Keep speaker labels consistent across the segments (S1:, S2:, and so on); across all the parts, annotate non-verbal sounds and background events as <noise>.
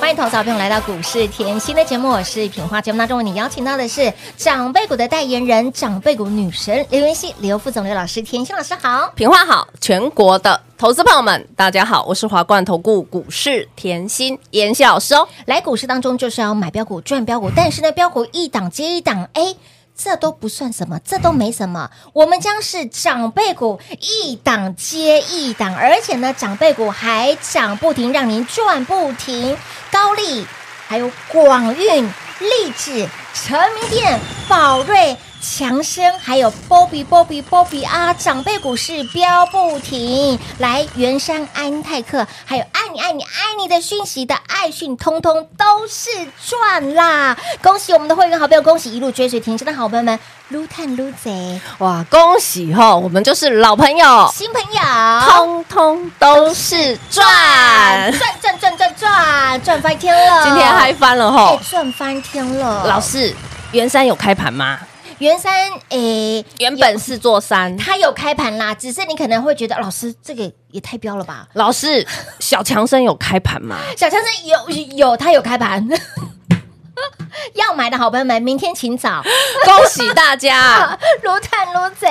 S1: 欢迎投资好朋友来到股市甜心的节目，我是品花。节目当中，你邀请到的是长辈股的代言人、长辈股女神刘元熙、刘副总、刘老师。甜心老师好，
S2: 品话好，全国的投资朋友们，大家好，我是华冠投顾股市甜心妍希老师哦。
S1: 来股市当中就是要买标股、赚标股，但是呢，标股一档接一档，哎。这都不算什么，这都没什么。我们将是长辈股一档接一档，而且呢，长辈股还涨不停，让您赚不停。高丽，还有广运、励志、成名店、宝瑞、强生，还有 Bobby Bobby Bobby 啊，长辈股是飙不停。来，元山、安泰克，还有爱你爱你爱你的讯息的爱讯，通通都是赚啦！恭喜我们的会员好朋友，恭喜一路追随甜心的好朋友们，撸探撸贼，
S2: 哇，恭喜哈、我们就是老朋友，
S1: 新朋友。
S2: 通通都是赚
S1: 赚，赚赚赚赚赚翻天了！
S2: 今天嗨翻了
S1: 哎
S2: 哈、
S1: 赚翻天了！
S2: 老师，元山有开盘吗？
S1: 元山诶，
S2: 原本是做三，
S1: 它有开盘啦，只是你可能会觉得老师这个也太彪了吧？
S2: 老师，小强生有开盘吗？
S1: 小强生有有，它有开盘。 <laughs> 要买的好朋友们，明天请早，
S2: <laughs> 恭喜大家！
S1: 如探如贼。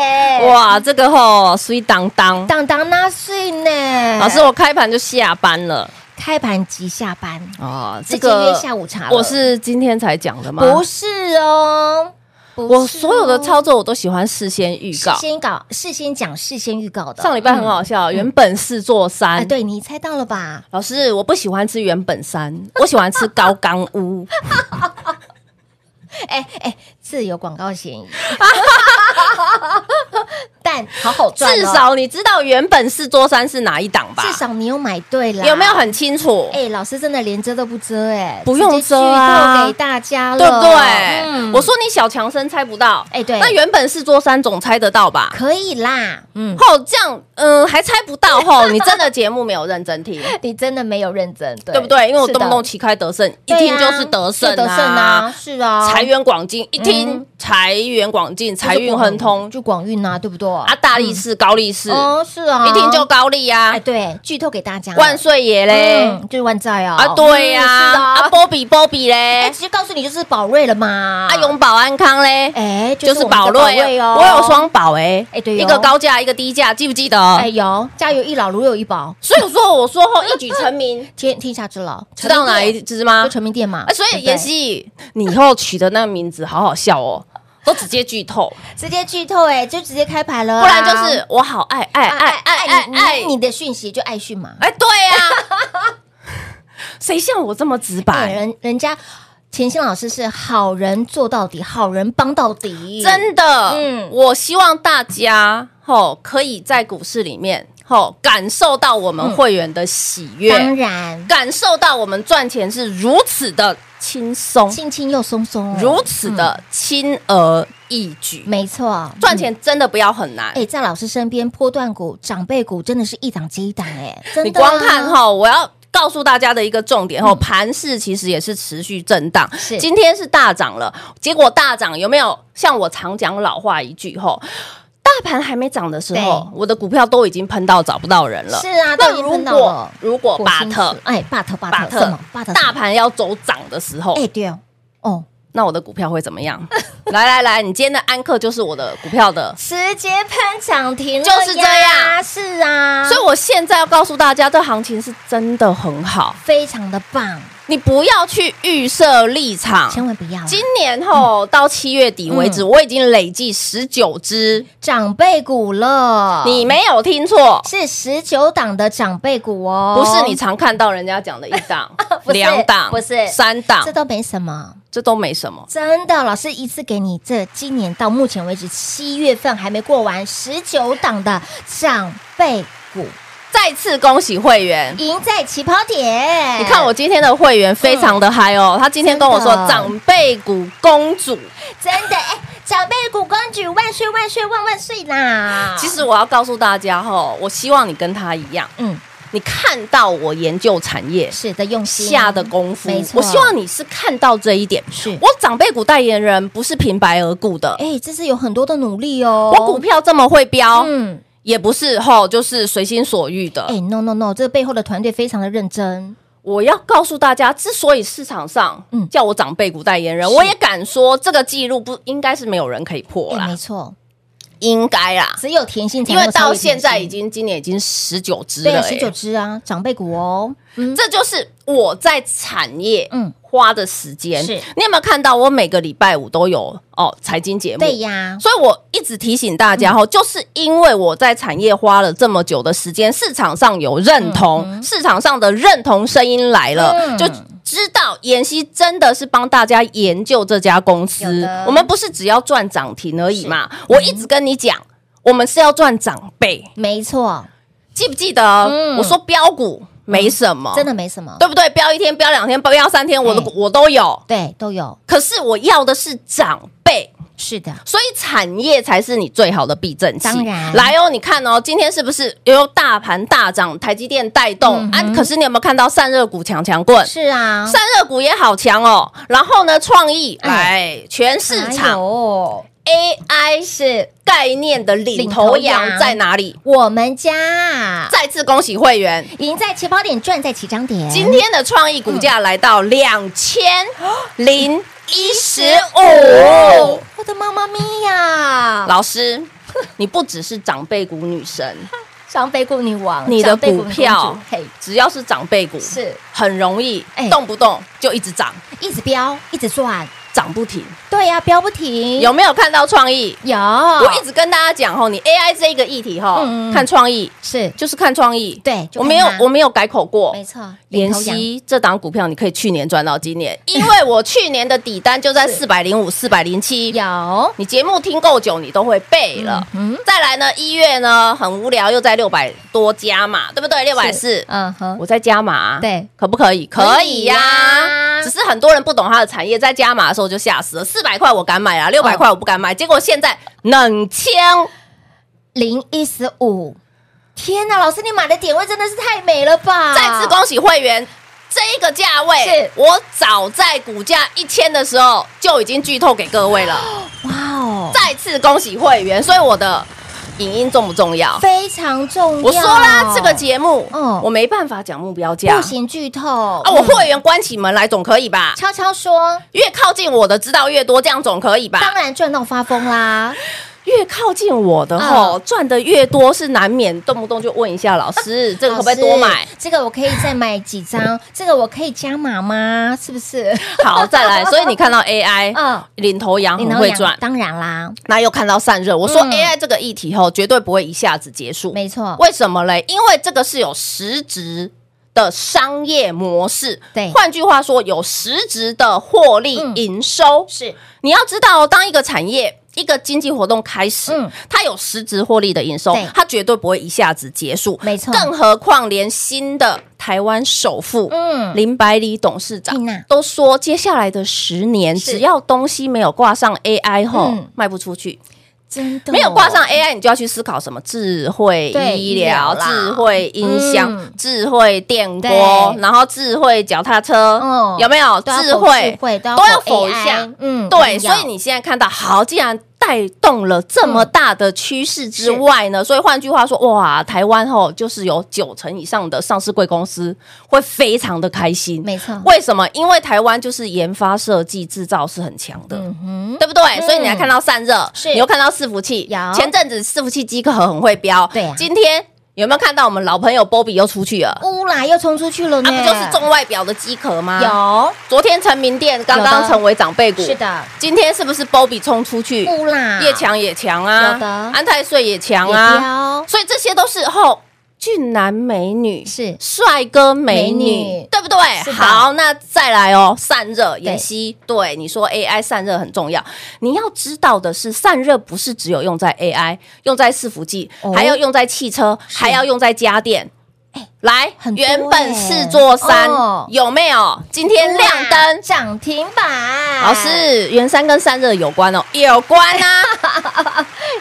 S1: 哇，
S2: <laughs> 哇，这个吼、水当当，
S1: 当当纳税呢？
S2: 老师，我开盘就下班了
S1: 开盘即下班，
S2: 哦，
S1: 直接约下午茶了。
S2: 我是今天才讲的吗？
S1: 不是哦？不是哦
S2: 我所有的操作我都喜欢事先预
S1: 事
S2: 告。
S1: 先搞、事先讲、事先预告的。
S2: 上礼拜很好笑，原本是做
S1: 嗯
S2: 三，
S1: 哎，对你猜到了吧？
S2: 老师，我不喜欢吃原本三， <laughs> 我喜欢吃高冈屋。
S1: 哎哎，自有广告嫌疑，
S2: <laughs>
S1: 但好好 <laughs> 赚、哦，
S2: 至少你知道原本是做三是哪一档吧？
S1: 至少你有买对啦，
S2: 有没有？很清楚？
S1: 哎、老师真的连遮都不遮、哎，
S2: 不用遮
S1: 直接
S2: 啊
S1: 剧透给大家了，
S2: 对不对？
S1: 嗯
S2: 我说你小强生猜不到，
S1: 哎对
S2: 那原本是做三总猜得到吧？
S1: 可以啦，嗯，
S2: 吼，这样，嗯，还猜不到吼，
S1: <laughs>
S2: 你真的节目没有认真听。
S1: 你真的没有认真， <laughs> 对
S2: 对不对？因为我
S1: 是的
S2: 动不动旗开得胜，一
S1: 对啊
S2: 听就是得胜
S1: 是得胜啊，是啊，
S2: 财源广进，一听
S1: 嗯
S2: 财源广进，
S1: 就是
S2: 财运亨通
S1: 就广运啊，对不对？
S2: 啊，大力士、高力士，
S1: 哦，是啊，
S2: 一听就高利啊
S1: 哎，，对，剧透给大家了，
S2: 万岁爷嘞
S1: 嗯，就是万载啊，
S2: 啊，对呀，
S1: 嗯是的
S2: 啊，波比波比
S1: 哎，
S2: 嘞，
S1: 直接告诉你就是宝瑞了嘛，
S2: 啊，永保安康嘞，
S1: 哎，
S2: 就是
S1: 我们的
S2: 宝瑞
S1: 哦，
S2: 哦，我有双宝哎，
S1: 哎对哦
S2: 一个高价，一个低价，记不记
S1: 哎
S2: 得？
S1: 有家有一老如有一宝，，
S2: 所以我说，我说后一举成名
S1: <laughs> 天天下之老，
S2: 知道哪一只吗
S1: 就？成名店嘛
S2: 啊，，所
S1: 对
S2: 以
S1: 不对
S2: 妍希，你以后取的那个名字好好笑哦，都直接剧
S1: <laughs>
S2: 透。
S1: 直接剧透哎，就直接开牌了啊，嗯
S2: 不然就是哎我好爱爱
S1: 爱
S2: 爱
S1: 爱
S2: 爱
S1: 爱
S2: 爱
S1: 爱
S2: 爱
S1: 你的讯息就爱讯嘛，
S2: 哎，对啊呀、 <laughs> 谁像我这么直
S1: 哎
S2: 白？
S1: 人人家甜心老师是好人做到底，好人帮到底，
S2: 真的，
S1: 嗯
S2: 嗯，我希望大家吼可以在股市里面吼感受到我们会员的喜悦，
S1: 当然
S2: 感受到我们赚钱是如此的轻松，
S1: 轻轻又松松，嗯
S2: 如此的轻而易举。
S1: 没错，
S2: 赚钱真的不要很难，
S1: 哎在老师身边波段股、长辈股真的是一档接一档哎，真的啊嗯
S2: 你光看哈，我要。告诉大家的一个重点哦，盘市其实也是持续震荡。
S1: 是
S2: 今天是大涨了，结果大涨有没有？像我常讲老话一句吼，大盘还没涨的时候，我的股票都已经喷到找不到人了。
S1: 是啊，都已
S2: 那
S1: 经
S2: 如
S1: 碰到
S2: 果
S1: 了。
S2: 如果
S1: 火
S2: 巴
S1: 星
S2: 特
S1: 石哎，巴特巴
S2: 巴
S1: 特什么？巴特什么
S2: 大盘要走涨的时候，
S1: 哎对哦，哦，
S2: 那我的股票会怎么样？ <laughs> 来来来，你今天的安克就是我的股票的。
S1: 直接喷涨停了
S2: 了呀就是这样
S1: 是啊，
S2: 所以我现在要告诉大家，这行情是真的很好，
S1: 非常的棒，
S2: 你不要去预设立场，
S1: 千万不要啊
S2: 今年吼、到七月底为
S1: 嗯
S2: 止，我已经累计十九只，
S1: 长辈股了，
S2: 你没有听错，
S1: 是十九档的长辈股哦，
S2: 不是你常看到人家讲的一档
S1: <laughs> 不、是
S2: 两档、
S1: 不是
S2: 三档
S1: 这，都没什么，
S2: 这都没什么。
S1: 真的，老师一次给你这今年到目前为止七月份还没过完十九档的长辈股，
S2: 再次恭喜会员。
S1: 赢在起跑点。
S2: 你看我今天的会员非常的嗨哦，他今天跟我说
S1: 真的
S2: 长辈股公主，
S1: 真的哎，长辈股公主万岁万岁万万岁啦！
S2: 其实我要告诉大家吼，我希望你跟他一样，
S1: 嗯，
S2: 你看到我研究产业
S1: 是的，用心
S2: 下的功夫
S1: 没，错。
S2: 我希望你是看到这一点。
S1: 是
S2: 我长辈股代言人不是平白而故的，
S1: 哎，这是有很多的努力哦。
S2: 我股票这么会飙，
S1: 嗯，
S2: 也不是吼，就是随心所欲的。
S1: 哎，no no no，这背后的团队非常的认真。
S2: 我要告诉大家，之所以市场上
S1: 嗯
S2: 叫我长辈股代言人，
S1: 是
S2: 我也敢说这个记录不应该是没有人可以破
S1: 哎，
S2: 啦，
S1: 没错，
S2: 应该啦，
S1: 只有甜心才
S2: 因
S1: 能够
S2: 为
S1: 超
S2: 到
S1: 越甜心，
S2: 现在已经今年已经十九只
S1: 对
S2: 了、
S1: 啊，
S2: 欸，
S1: 十九只啊，长辈股哦。嗯，
S2: 这就是我在产业
S1: 嗯
S2: 花的时间。
S1: 是
S2: 你有没有看到我每个礼拜五都有哦财经节目？
S1: 对呀，
S2: 所以我一直提醒大
S1: 嗯
S2: 家哈、就是因为我在产业花了这么久的时间，市场上有认同，市场上的认同声音来了，
S1: 嗯
S2: 就。知道妍希真的是帮大家研究这家公
S1: 有
S2: 司
S1: 的，
S2: 我们不是只要赚涨停而已嘛。我一直跟你讲，我们是要赚长辈，
S1: 没错，
S2: 记不记得？
S1: 嗯
S2: 我说标股没什么，
S1: 真的没什么。
S2: 对不对？标一天，标两天，标三天，我都
S1: 对
S2: 我都有。
S1: 对，都有，
S2: 可是我要的是长辈，
S1: 是的，
S2: 所以产业才是你最好的避震器。
S1: 当然
S2: 来哦，你看哦，今天是不是由大盘大涨，台积电带动、
S1: 嗯
S2: 啊
S1: 哼？
S2: 可是你有没有看到散热股强强棍？
S1: 是啊，
S2: 散热股也好强哦。然后呢，创意
S1: 哎
S2: 哎，全市
S1: 哪
S2: 场
S1: 有
S2: AI 是概念的领
S1: 领头
S2: 头
S1: 羊
S2: 羊在哪里？
S1: 我们家
S2: 再次恭喜会员，
S1: 赢在起跑点，赚在起涨点。
S2: 今天的创意股价来到两千零一十
S1: 哦
S2: 五。，
S1: 我的妈妈咪呀！
S2: 老师，你不只是长辈股女神，
S1: 长辈股女王，
S2: 你的
S1: 长辈
S2: 股
S1: 女
S2: 票
S1: 公主嘿，
S2: 只要是长辈股，
S1: 是
S2: 很容易
S1: 哎
S2: 动不动就一
S1: <laughs>
S2: 直涨，
S1: 一直飙，一直赚，
S2: 涨不停。
S1: 对呀，飙不停。
S2: 有没有看到创意？
S1: 有，
S2: 我
S1: 我
S2: 一直跟大家讲吼，你 AI 这一个议题吼
S1: 嗯嗯嗯，
S2: 看创意
S1: 是
S2: 就是看创意，
S1: 对就
S2: 我
S1: 看
S2: 没有
S1: 它
S2: 我没有改口过，
S1: 没错，领
S2: 妍
S1: 头羊
S2: 希这档股票，你可以去年赚到今
S1: <laughs>
S2: 年，因为我去年的底单就在四百零五、四百零七。
S1: 有，
S2: 你节目听够久，你都会背了。
S1: 嗯
S2: 再来呢，一月呢很无聊，又在六百多加码，对不对？六百四，
S1: 嗯哼，
S2: 我在加码，啊
S1: 对，
S2: 可不可以？
S1: 可
S2: 可
S1: 以
S2: 以
S1: 呀
S2: 呀、只是很多人不懂它的产业，在加码的时候就吓死了。四百块我敢买
S1: 哦
S2: 啊，六百块我不敢买。结果现在冷千，
S1: 啊零一十五。天哪，老师，你买的点位真的是太美了吧！
S2: 再次恭喜会员。这一个价位
S1: 是，
S2: 我早在股价一千的时候就已经剧透给各位
S1: <gasps>
S2: 了。
S1: 哇哦，
S2: 再次恭喜会员，所以我的影音重不重要？
S1: 非常重要。
S2: 我说啦，这个节目，
S1: 嗯
S2: 我没办法讲目标价
S1: 不行剧透嗯
S2: 啊，我会员关起门来总可以吧？
S1: 悄悄说，
S2: 越靠近我的知道越多，这样总可以
S1: 当
S2: 吧？
S1: 然赚到发疯啦！
S2: 越靠近我的
S1: 嗯
S2: 吼，赚的越多是难免，动不动就问一下老
S1: <laughs>
S2: 师，这个可不可以多买
S1: 老师？？这个我可以再买几张，这个我可以加码吗？是不是？
S2: <laughs> 好，再来。所以你看到
S1: <laughs>
S2: AI
S1: 嗯，
S2: 领头羊
S1: 领
S2: 很
S1: 头
S2: 哎会
S1: 羊
S2: 赚，
S1: 当然啦，
S2: 那又看到散热，我说
S1: 嗯
S2: AI 这个议题吼，绝对不会一下子结束。
S1: 没错，
S2: 为什么嘞？因为这个是有实质的商业模式，
S1: 对
S2: 换句话说，有实质的获利
S1: 嗯
S2: 营收。
S1: 是
S2: 你要知道哦，当一个产业。一个经济活动开始，
S1: 嗯
S2: 它有实质获利的营收
S1: 对，
S2: 它绝对不会一下子结束。
S1: 没错
S2: 更何况连新的台湾首富、
S1: 嗯，
S2: 林百里董事长
S1: 缇娜
S2: 都说，接下来的十年，
S1: 是
S2: 只要东西没有挂上 AI 后，
S1: 嗯
S2: 卖不出去。
S1: 真的
S2: 没有挂上 AI，你就要去思考什么智慧
S1: 对
S2: 医疗
S1: 医疗、啦
S2: 智慧音箱、
S1: 嗯
S2: 智慧电锅
S1: 对，
S2: 然后智慧脚踏车，
S1: 嗯
S2: 有没有
S1: 都要否
S2: 智慧
S1: 智？慧都
S2: 都要
S1: 否
S2: 否一下
S1: AI 嗯
S2: 对，
S1: 一定要
S2: 所以你现在看到，好，既然带动了这么大的趋势之外
S1: 嗯
S2: 呢，所以换句话说，哇，台湾吼就是有九成以上的上市贵公司会非常的开心。
S1: 没错，
S2: 为什么？因为台湾就是研发、设计、制造是很强的。
S1: 嗯哼，
S2: 对不对？所以你还看到散热，
S1: 是
S2: 你又看到伺服器
S1: 有。
S2: 前阵子伺服器机壳很会飙，
S1: 对啊
S2: 今天有没有看到我们老朋友 Bobby 又出去了？
S1: 乌啦又冲出去了
S2: 啊，
S1: 呢，
S2: 不就是啊重外表的机壳吗？。
S1: 哦有
S2: 昨天成名店刚
S1: 有的
S2: 刚成为长辈股，
S1: 是。的
S2: 今天是不是 Bobby 冲出去？
S1: 乌啦
S2: 叶强也强
S1: 嗯有
S2: 啊
S1: 的，
S2: 安泰税也强
S1: 也
S2: 啊，
S1: 标
S2: 所以这些都是后俊男美女
S1: 是
S2: 帅哥美
S1: 美
S2: 女，
S1: 女
S2: 对不对
S1: 是？的
S2: 好，那再来哦，散热，妍希，对你说 AI 散热很重要，你要知道的是，散热不是只有用在 AI，用在伺服器，
S1: 哦哎
S2: 还要用在汽车，还要用在家电。来
S1: 很，多
S2: 原
S1: 欸
S2: 本四座三
S1: 哦啊
S2: 有没有？今天亮灯，
S1: 涨停板，
S2: 老师，原三跟散热有关哦，有关啊，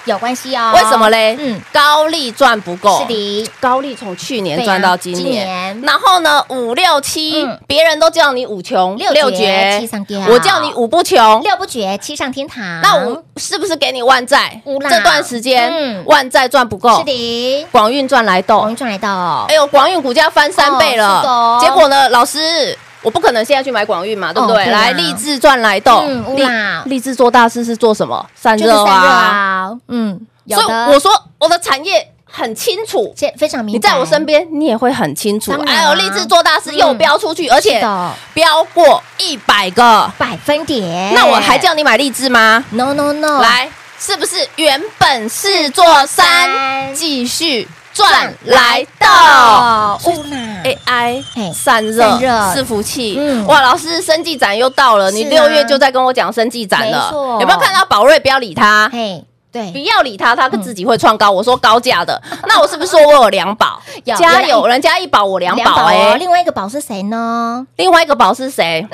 S1: 有关系哦。
S2: <laughs> 为什么嘞？
S1: <laughs> 嗯
S2: 嗯，高利赚不够，
S1: 是的，
S2: 高利从去年
S1: 对啊
S2: 赚到今
S1: 今
S2: 年
S1: 年，
S2: 然后呢，五六七
S1: 嗯，
S2: 别人都叫你五穷
S1: 六绝七上吊
S2: 我叫你五不穷，
S1: 六不绝，七上天堂。
S2: 那我是不是给你万债？
S1: 有啦
S2: 这段时间
S1: 嗯
S2: 万债赚不
S1: 是
S2: 够，
S1: 的，
S2: 广运赚来
S1: 我
S2: 豆
S1: 们，赚来到
S2: 哦哎，呦，广运股价翻三倍
S1: 哦是的哦
S2: 了，结果呢，老师。我不可能现在去买广运嘛，对不
S1: 哦
S2: 对？
S1: 对啊
S2: 来，励志赚来豆
S1: 嗯，有
S2: 励
S1: 啦
S2: 励志做大事是做什么？散
S1: 就是
S2: 热
S1: 散热
S2: 啊，
S1: 啊，嗯，有
S2: 所以
S1: 的，
S2: 我说我的产业很清楚，
S1: 这非常明白。
S2: 你在我身边，你也会很清楚
S1: 当。然
S2: 哎
S1: 啊
S2: 呦，立志做大事
S1: 嗯
S2: 又标出去，而且
S1: 是的
S2: 标过一百个，
S1: 百分点，
S2: 那我还叫你买励志吗？
S1: no no no，
S2: 来，是不是原本是做
S1: 三
S2: 三，继续赚来哎到？
S1: 乌啦，嘿
S2: AI 散热
S1: 哎散热
S2: 伺服器，
S1: 嗯
S2: 哇，老师，生技展又到了，你
S1: 是啊
S2: 六月就在跟我讲生技展了
S1: 没，错哎
S2: 有没有看到宝瑞？不要理他，
S1: 嘿，
S2: 不
S1: 对，
S2: 要理他，他自己会创高。我说高价的，
S1: 嗯
S2: 那我是不是说我有两
S1: <laughs>
S2: 宝
S1: 有？
S2: 加油，人家一宝我两宝
S1: 哦
S2: 哎。
S1: 另外一个宝是谁呢？
S2: 另外一个宝
S1: <laughs>
S2: 是谁？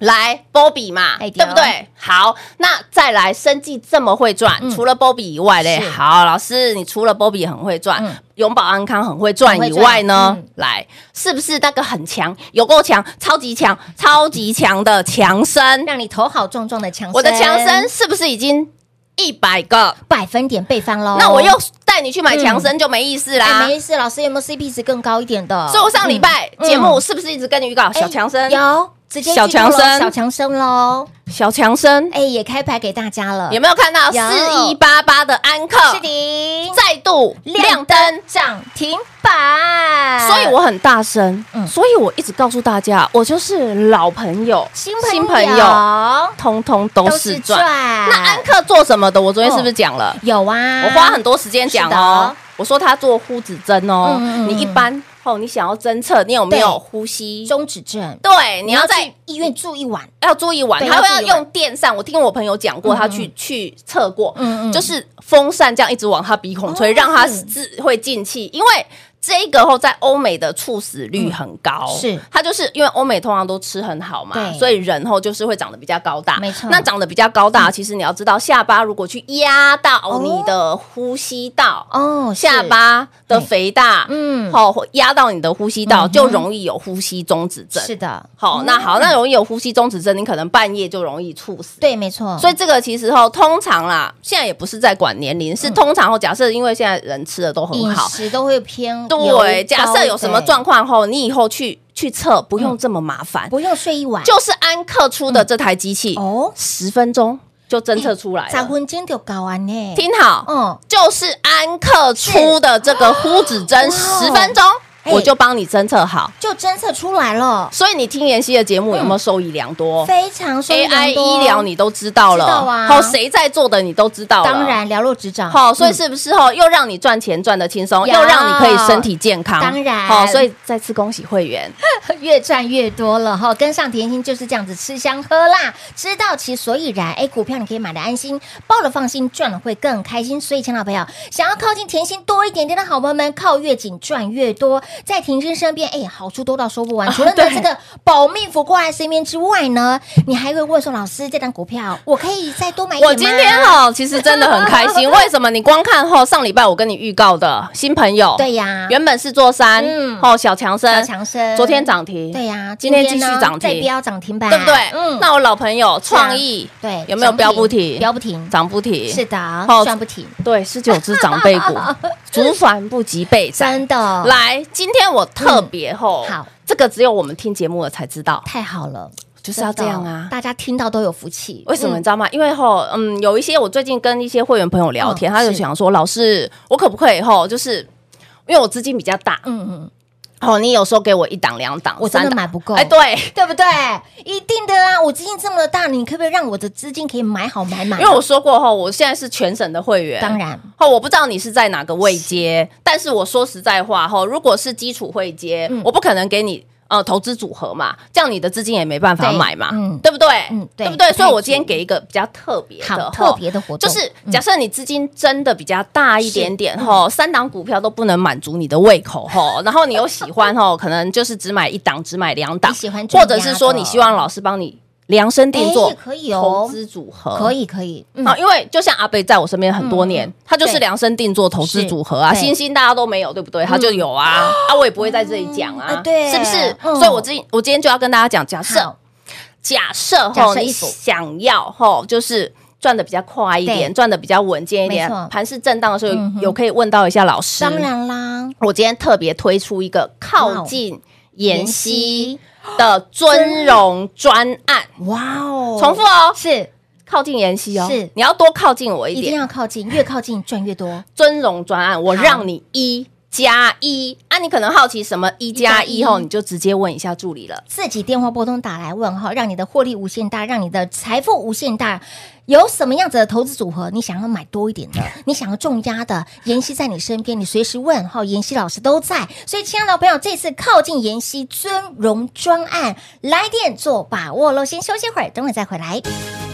S2: 来波比嘛，
S1: 哎
S2: 对
S1: 对哦
S2: 不对？好，那再来生计这么会赚，除了波比以外嘞，
S1: 嗯是
S2: 好老师，你除了波比很会赚
S1: 嗯，
S2: 永保安康很会赚
S1: 很会
S2: 以
S1: 赚
S2: 外呢
S1: 嗯，
S2: 来是不是那个很强，有够强，超级强，超级强的强生？
S1: 让你头好壮壮的强，
S2: 我的强生是不是已经一百个？
S1: 百分点被翻喽。
S2: 那我又带你去买强生就没意思
S1: 哦哎，
S2: 啦。
S1: 没意思，老师有没有 CP 值更高一点的？
S2: 所以我啊上礼拜
S1: 嗯
S2: 节目是不是一直跟你预告小强
S1: 哎
S2: 生？
S1: 有直接
S2: 小
S1: 剧透咯
S2: 强生
S1: 小强生喽，
S2: 小强生
S1: 哎，也开牌给大家了，
S2: 有没有看
S1: 有
S2: 到四一八八的安克
S1: 是的，
S2: 再度亮灯？
S1: 涨停板，
S2: 所以我很大声
S1: 嗯，
S2: 所以我一直告诉大家，我就是老朋友、
S1: 新朋友
S2: 通通都
S1: 都
S2: 是
S1: 是
S2: 赚。
S1: 赚，
S2: 那安克做什么的？我昨天是不是讲了？
S1: 有啊，
S2: 我花很多时间讲
S1: 是的
S2: 哦。我说他做呼子针哦
S1: 嗯嗯，嗯
S2: 你一般哦，你想要侦测你有没
S1: 对
S2: 有呼吸
S1: 中指症，
S2: 对，你要在
S1: 去医院住一晚，
S2: 要注意玩，
S1: 对
S2: 他会
S1: 要
S2: 要
S1: 注意玩
S2: 用电扇。我听我朋友讲过，
S1: 嗯
S2: 他去去测过
S1: 嗯嗯，
S2: 就是风扇这样一直往他鼻孔吹，
S1: 哦
S2: 让他
S1: 是
S2: 自会进气，因为。这个后在欧美的猝死率很高，
S1: 嗯是
S2: 它就是因为欧美通常都吃很好嘛，
S1: 对
S2: 所以人后就是会长得比较高大，
S1: 没错
S2: 那长得比较高大，其实你要知道，下巴如果去压到你的呼吸道，
S1: 哦，是
S2: 下，巴的肥大，
S1: 嗯
S2: 嗯，好压到你的呼吸
S1: 嗯
S2: 道，
S1: 哼
S2: 就容易有呼吸中止症。
S1: 是的，
S2: 好，那好，那容易有呼吸中止症，你可能半夜就容易猝死。
S1: 对，没错，
S2: 所
S1: 以
S2: 以这个其实吼，通常啦，现在也不是在管年龄，是通常后假设因为现在人吃的都很
S1: 嗯饮
S2: 好，
S1: 食都会偏油
S2: 对，假
S1: 高
S2: 设有什么
S1: 对嗯
S2: 状况后，你以后去去测，不用这么麻烦，
S1: 不用睡一晚，
S2: 就是安克出的这台机器，
S1: 哦，
S2: 十分钟就侦测出来
S1: 才
S2: 了。
S1: 婚金就高安呢，
S2: 听好，
S1: 嗯，
S2: 就是安克出的这个呼子针，
S1: 哇
S2: 十分钟
S1: 哎
S2: 我就帮你侦测好。
S1: 就侦测出来了，
S2: 所以你听妍希的节目
S1: 嗯
S2: 有没有受益良多？
S1: 非常收益
S2: AI
S1: 良多
S2: 哦医疗你都知道了，
S1: 知道啊
S2: 好，谁在做的你都知道了，
S1: 当。然了若指掌，嗯
S2: 好，所以是不是哦？又让你赚钱赚得轻松，
S1: 有
S2: 又让你可以身体健康，
S1: 当然
S2: 好，所以再次恭喜会员，
S1: 嗯越赚越多了哈，跟上甜心就是这样子吃香喝辣，知道其所以然，哎，股票你可以买的安心，抱了放心，赚了会更开心。所以，亲爱的朋友，想要靠近甜心多一点点的好朋友们，靠越紧赚越多，在甜心身边，哎，好处多到说不完。除了呢
S2: 哦对
S1: 这个保命福挂在身边之外呢，你还会问说，老师这张股票我可以再多买一点吗？
S2: 我今天哦，其实真的很开
S1: <laughs>
S2: 心。为什么？你光看后上礼拜我跟你预告的新朋友，
S1: 对呀，
S2: 原本是做三，
S1: 嗯
S2: 哦，小强
S1: 小
S2: 生，
S1: 强生
S2: 昨天涨停，
S1: 对呀，
S2: 今天继
S1: 呢
S2: 续涨
S1: 再
S2: 停，
S1: 飙涨停板，嗯
S2: 对不对？那我老朋友创意，
S1: 啊对，
S2: 有没有标不停？
S1: 标不停，
S2: 涨不停，
S1: 是的，
S2: 好
S1: 赚不停，
S2: 对，十九只长辈
S1: <laughs>
S2: 股，竹凡不及被斩。
S1: 真的，
S2: 来，今天我特别吼，
S1: 嗯嗯好
S2: 这个只有我们听节目了才知道，
S1: 太好了，
S2: 就是要这样啊
S1: 真的。大家听到都有福气。
S2: 为什么你
S1: 嗯？
S2: 知道吗？因为吼，嗯，有一些我最近跟一些会员朋友聊天，
S1: 嗯
S2: 他就是想说，老师，我可不可以吼，就是因为我资金比较大，
S1: 嗯嗯，
S2: 哦，你有时候给我一档、两档、
S1: 我真
S2: 三
S1: 的
S2: 档，
S1: 买不够，
S2: 哎，对，
S1: 对不对？一定的啊！我资金这么大，你可不可以让我的资金可以买好买满？啊
S2: 因为我说过吼，我现在是全省的会员，
S1: 当然
S2: 哦，我不知道你是在哪个位阶，但是我说实在话，哈，如果是基础会阶，
S1: 嗯
S2: 我不可能给你呃投资组合嘛，这样你的资金也没办法
S1: 对
S2: 买嘛，
S1: 嗯
S2: 对不对？
S1: 嗯对
S2: 对不对？
S1: 不太
S2: 所以我今天
S1: 建议
S2: 给一个比较特别的
S1: 好特
S2: 吼
S1: 别的活动，嗯
S2: 就是假设你资金真的比较大一点点吼，三档股票都不能满足你的胃口吼，然后你又喜欢吼，可能就是只买一档，只买两档
S1: 你喜欢，专
S2: 或
S1: 家
S2: 者是说
S1: 的
S2: 你希望老师帮你量身定做
S1: 哎可以哦
S2: 投资组合，
S1: 可以可以，嗯
S2: 啊，因为就像阿贝在我身边很多年，他就是
S1: 对
S2: 量身定做投资组合啊，
S1: 是对哦
S2: 星星大家都没有，对不对？他就有啊，啊，我也不会在这里讲
S1: 嗯
S2: 啊
S1: 啊，对
S2: 是不是？
S1: 嗯
S2: 所以我今我今天就要跟大家讲，假设
S1: 好
S2: 假设
S1: 假
S2: 吼，
S1: 设
S2: 你
S1: 一组
S2: 想要吼，就是。赚的比较快一点，
S1: 对
S2: 赚的比较稳健一点
S1: 没错。
S2: 盘市震荡的时候，
S1: 嗯哼
S2: 有可以问到一下老师。
S1: 当，然啦，
S2: 我今天特别推出一个靠近妍希的尊荣专案，
S1: 哇哦，
S2: 重复哦，
S1: 是
S2: 靠近妍希哦，
S1: 是
S2: 你要多靠近我一
S1: 一
S2: 点
S1: 定。要靠近，越靠近赚越多，
S2: 尊荣专案，我让你一加一啊！你可能好奇什么一加一后，你就直接问一下助理了。
S1: 自己电话拨通打来问哈，让你的获利无限大，让你的财富无限大。有什么样子的投资组合，你想要买多一点
S2: <laughs>
S1: 的，你想要重压的，妍希在你身边，你随时问哈，妍希老师都在。所以，亲爱的朋友，这次靠近妍希尊荣专案，来电做把握喽。先休息会儿，等会再回来。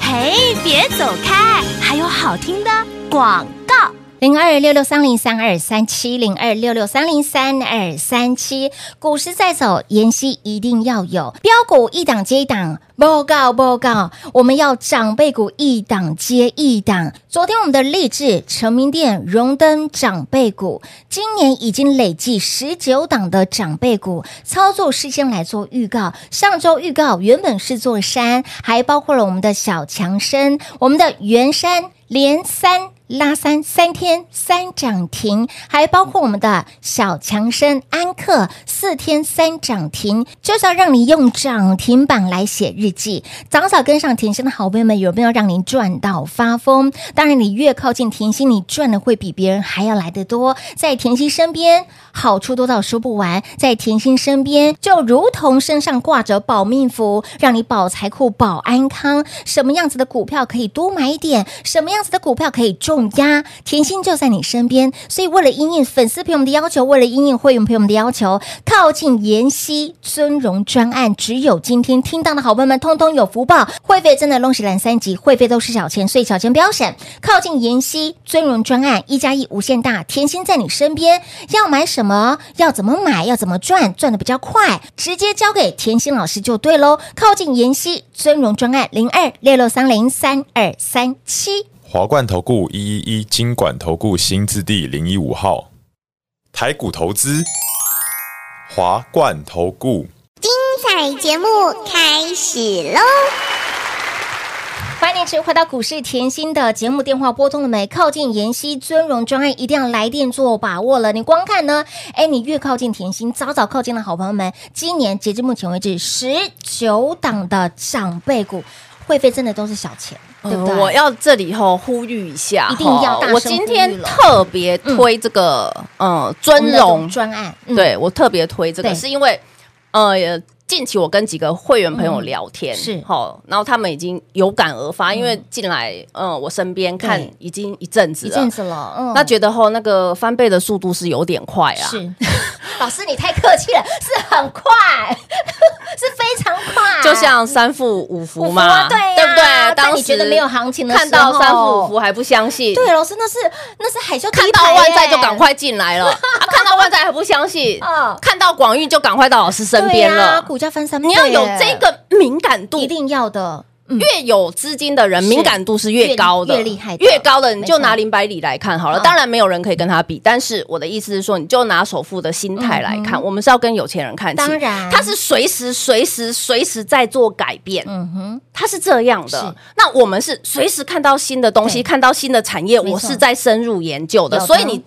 S3: 嘿，别走开，还有好听的广告。
S1: 零二六六三零三二三七零二六六三零三二三七，股市在走，妍希一定要有标股一档接一档，报告报告，我们要长辈股一档接一档。昨天我们的励志、成名店荣登长辈股，今年已经累计十九档的长辈股，操作事先来做预告。上周预告原本是座山，还包括了我们的小强生、我们的元山连三。拉三三天三涨停，还包括我们的小强生安克四天三涨停，就是要让你用涨停板来写日记。早早跟上甜心的好朋友们，有没有让您赚到发疯？当然，你越靠近甜心，你赚的会比别人还要来得多。在甜心身边，好处多到说不完。在甜心身边，就如同身上挂着保命符，让你保财库、保安康。什么样子的股票可以多买一点？什么样子的股票可以重压？甜心就在你身边。所以，为了因应粉丝朋友们的要求，为了因应会员朋友们的要求，靠近妍希尊荣专案，只有今天听到的好朋友们，通通有福报。会费真的弄起来三级，会费都是小钱，所以小钱不要省。靠近妍希尊荣专案，一加一无限大，甜心在你身边，要买什么，要怎么买，要怎么赚，赚的比较快，直接交给甜心老师就对喽。靠近妍希尊荣专案零二六六三零三二三七。
S4: 华冠投顾一一一金管投顾新字第零一五号，台股投资，华冠投顾。
S5: 彩节目开始喽！
S1: 欢迎您持续回到股市甜心的节目，电话拨通了没？靠近妍希尊荣专案，一定要来电做把握了。你光看呢，哎，你越靠近甜心，早早靠近的好朋友们，今年截至目前为止，十九档的长辈股，会费真的都是小钱，对不对？
S2: 呃我要这里吼呼吁一下吼，
S1: 一定要大声
S2: 我今
S1: 呼吁
S2: 天
S1: 了
S2: 特别推这个呃尊
S1: 我们
S2: 荣
S1: 的专案，嗯，
S2: 对我特别推这个，
S1: 对
S2: 是因为呃，近期我跟几个会员朋友聊天，
S1: 嗯是
S2: 好，然后他们已经有感而发，因为进来嗯，我身边看
S1: 对
S2: 已经一阵子
S1: 一阵
S2: 了，
S1: 子了，嗯，
S2: 啊那觉得吼那个翻倍的速度是有点快啊，
S1: 是 <laughs> 老师你太客气了，是很快， <laughs> 是非常快，
S2: 就像三副五
S1: 啊五
S2: 福
S1: 福啊
S2: 嘛，
S1: 对呀
S2: 对不
S1: 在
S2: 对？当
S1: 你
S2: 时
S1: 觉得没有行情的时候
S2: 看到三副五福还不相信，
S1: 对，老师那是那是海啸第
S2: 看
S1: 一
S2: 到
S1: 排耶，
S2: 万载就赶快进
S1: <laughs>
S2: 来了，啊，看到万载还不相信
S1: 嗯，
S2: 看到广运就赶快到老师身
S1: 对
S2: 边
S1: 呀
S2: 了。
S1: 股价翻三倍，
S2: 你要有这个敏感度
S1: 一，定要的，嗯，
S2: 越有资金的人，
S1: 是
S2: 敏感度是越高的，
S1: 越越厉害的
S2: 越高的你就
S1: 没错
S2: 拿零百里来看好了。
S1: 嗯
S2: 当然没有人可以跟他比，但是我的意思是说，你就拿首富的心态来看，我们是要跟有钱人看齐。
S1: 嗯当然
S2: 他是随时、随时、随时在做改变，
S1: 嗯哼，
S2: 他是这样
S1: 是
S2: 的。那我们是随时看到新的东
S1: 对
S2: 西，看到新的产业，
S1: 没错
S2: 我是在深入研究的。
S1: 有的
S2: 所以你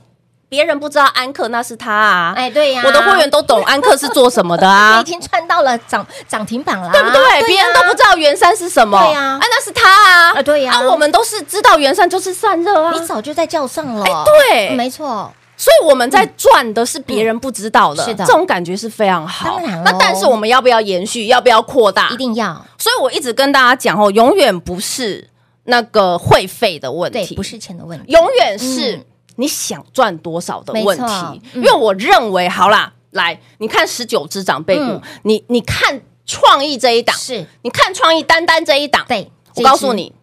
S2: 别人不知道安克，那是他啊。
S1: 哎，对呀，
S2: 我的会员都懂安克是做什么的
S1: 你
S2: 啊
S1: 已。经赚到了涨涨停板了啊，
S2: 对不
S1: 呀
S2: 对？别人都不知道元山是什么，
S1: 对啊
S2: 哎，那是他啊，
S1: 啊对啊
S2: 啊，我们都是知道元山就是散热啊，
S1: 你早就在叫上了，
S2: 对
S1: 没错，
S2: 所以我们在赚的是别人不知道的，
S1: 嗯是的
S2: 这种感觉是非常好。
S1: 当然咯
S2: 那但是我们要不要延续？要不要扩大？
S1: 一。定要，
S2: 所以我一直跟大家讲哦，永远不是那个会费的问
S1: 对，
S2: 题，
S1: 不是钱的问题，
S2: 永远是
S1: 嗯
S2: 你想赚多少的问
S1: 没错嗯
S2: 题。因为我认为，好啦，来，你看十九只长辈股，
S1: 嗯
S2: 你你看创意这一档，
S1: 是
S2: 你看创意单单这一档，
S1: 对
S2: 我告诉，
S1: 这一
S2: 你，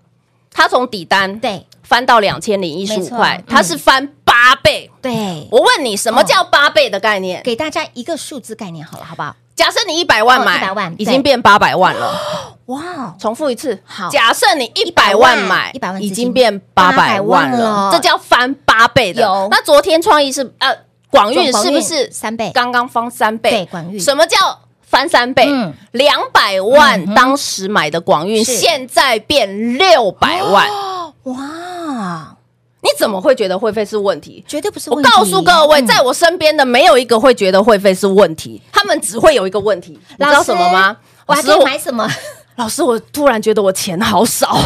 S2: 它从底单
S1: 只对
S2: 翻到两千零一十
S1: 没
S2: 五
S1: 错
S2: 块
S1: 嗯，
S2: 它是翻八倍。
S1: 对，
S2: 我问你，什么叫八倍的概念？
S1: 给大家一个数字概念好了，好不好？
S2: 假设你一百万买，
S1: 哦100万
S2: 已经变八百万了。
S1: 哇哦，
S2: 重复一次，
S1: 好
S2: 假设你一百万买，
S1: 100万
S2: 已经变八百万
S1: 800万了
S2: 了，这叫翻八倍的。
S1: 有
S2: 那昨天创意是呃，广域是不是
S1: 三倍？
S2: 刚刚翻三倍？
S1: 对广誉
S2: 什么叫翻三倍
S1: 嗯？
S2: 两百
S1: 嗯
S2: 万
S1: 哼
S2: 当时买的广运，
S1: 是
S2: 现在变六百万，
S1: 哇，
S2: 你怎么会觉得会费是问题？
S1: 绝对不是
S2: 我
S1: 问题。
S2: 告诉各位，
S1: 嗯
S2: 在我身边的没有一个会觉得会费是问题，他们只会有一个问题，你知
S1: 老
S2: 道
S1: 师
S2: 什么吗？
S1: 我还可
S2: 老师
S1: 以买什么？
S2: 老师，我突然觉得我钱好
S1: <laughs>
S2: 少，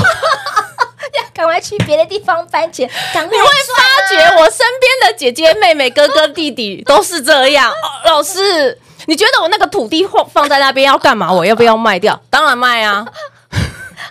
S1: 赶快去别的地方搬钱，赶快
S2: 你会发觉我身边的姐姐、妹妹、哥哥、弟弟都是这样。哦老师，你觉得我那个土地放放在那边要干嘛？我要不要卖掉？当然卖啊！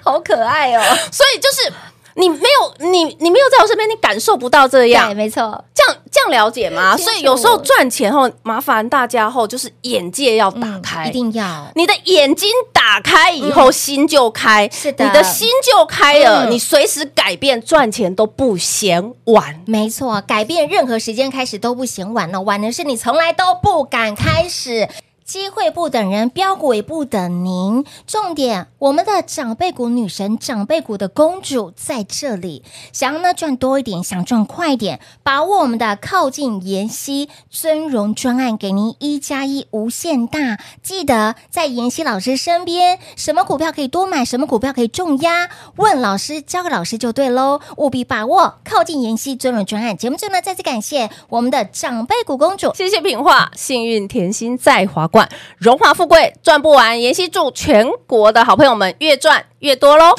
S1: 好可爱哦！
S2: 所以就是你没有你你没有在我身边，你感受不到这样
S1: <laughs> 对，。没错，
S2: 这样这样了解吗？
S1: 清楚
S2: 所以有时候赚钱后，麻烦大家后就是眼界要打
S1: 嗯
S2: 开，
S1: 一定要
S2: 你的眼睛打开以后，心就开，
S1: 是的
S2: 你的心就开了，
S1: 嗯
S2: 你随时改变，赚钱都不嫌晚。
S1: 没错，改变任何时间开始都不嫌晚了，晚的是你从来都不敢开始。机会不等人，标股也不等您。重点，我们的长辈股女神、长辈股的公主在这里。想要呢赚多一点，想赚快一点，把握我们的靠近妍希尊荣专案，给您一加一无限大。记得在妍希老师身边，什么股票可以多买，什么股票可以重压，问老师，交给老师就对喽，务必把握靠近妍希尊荣专案。节目最后呢，再次感谢我们的长辈股公主。
S2: 谢谢品画，幸运甜心在华冠，荣华富贵赚不完。妍希祝全国的好朋友们越赚越多喽！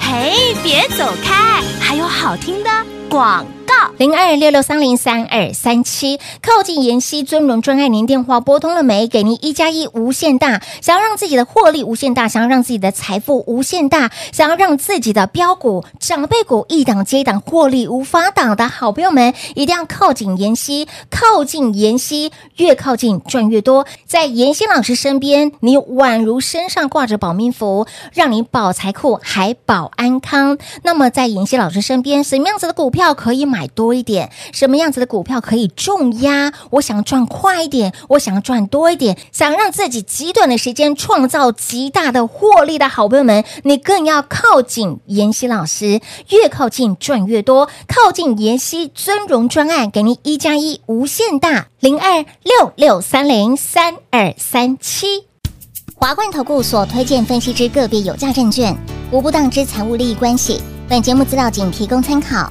S3: 嘿，别走开，还有好听的广告。
S1: 零二六六三零三二三七，靠近妍希尊荣专爱您电话拨通了没？给您一加一无限大，想要让自己的获利无限大，想要让自己的财富无限大，想要让自己的标股、长辈股一档接一档获利无法挡的好朋友们，一定要靠近妍希，靠近妍希，越靠近赚越多。在妍希老师身边，你宛如身上挂着保命符，让你保财库还保安康。那么在妍希老师身边，什么样子的股票可以买多一点？什么样子的股票可以重压？我想赚快一点，我想赚多一点，想让自己极短的时间创造极大的获利的好朋友们，你更要靠近妍希老师，越靠近赚越多，靠近妍希尊荣专案，给您一加一无限大，零二六六三零三二三七。
S5: 华冠投顾所推荐分析之个别有价证券，无不当之财务利益关系。本节目资料仅提供参考，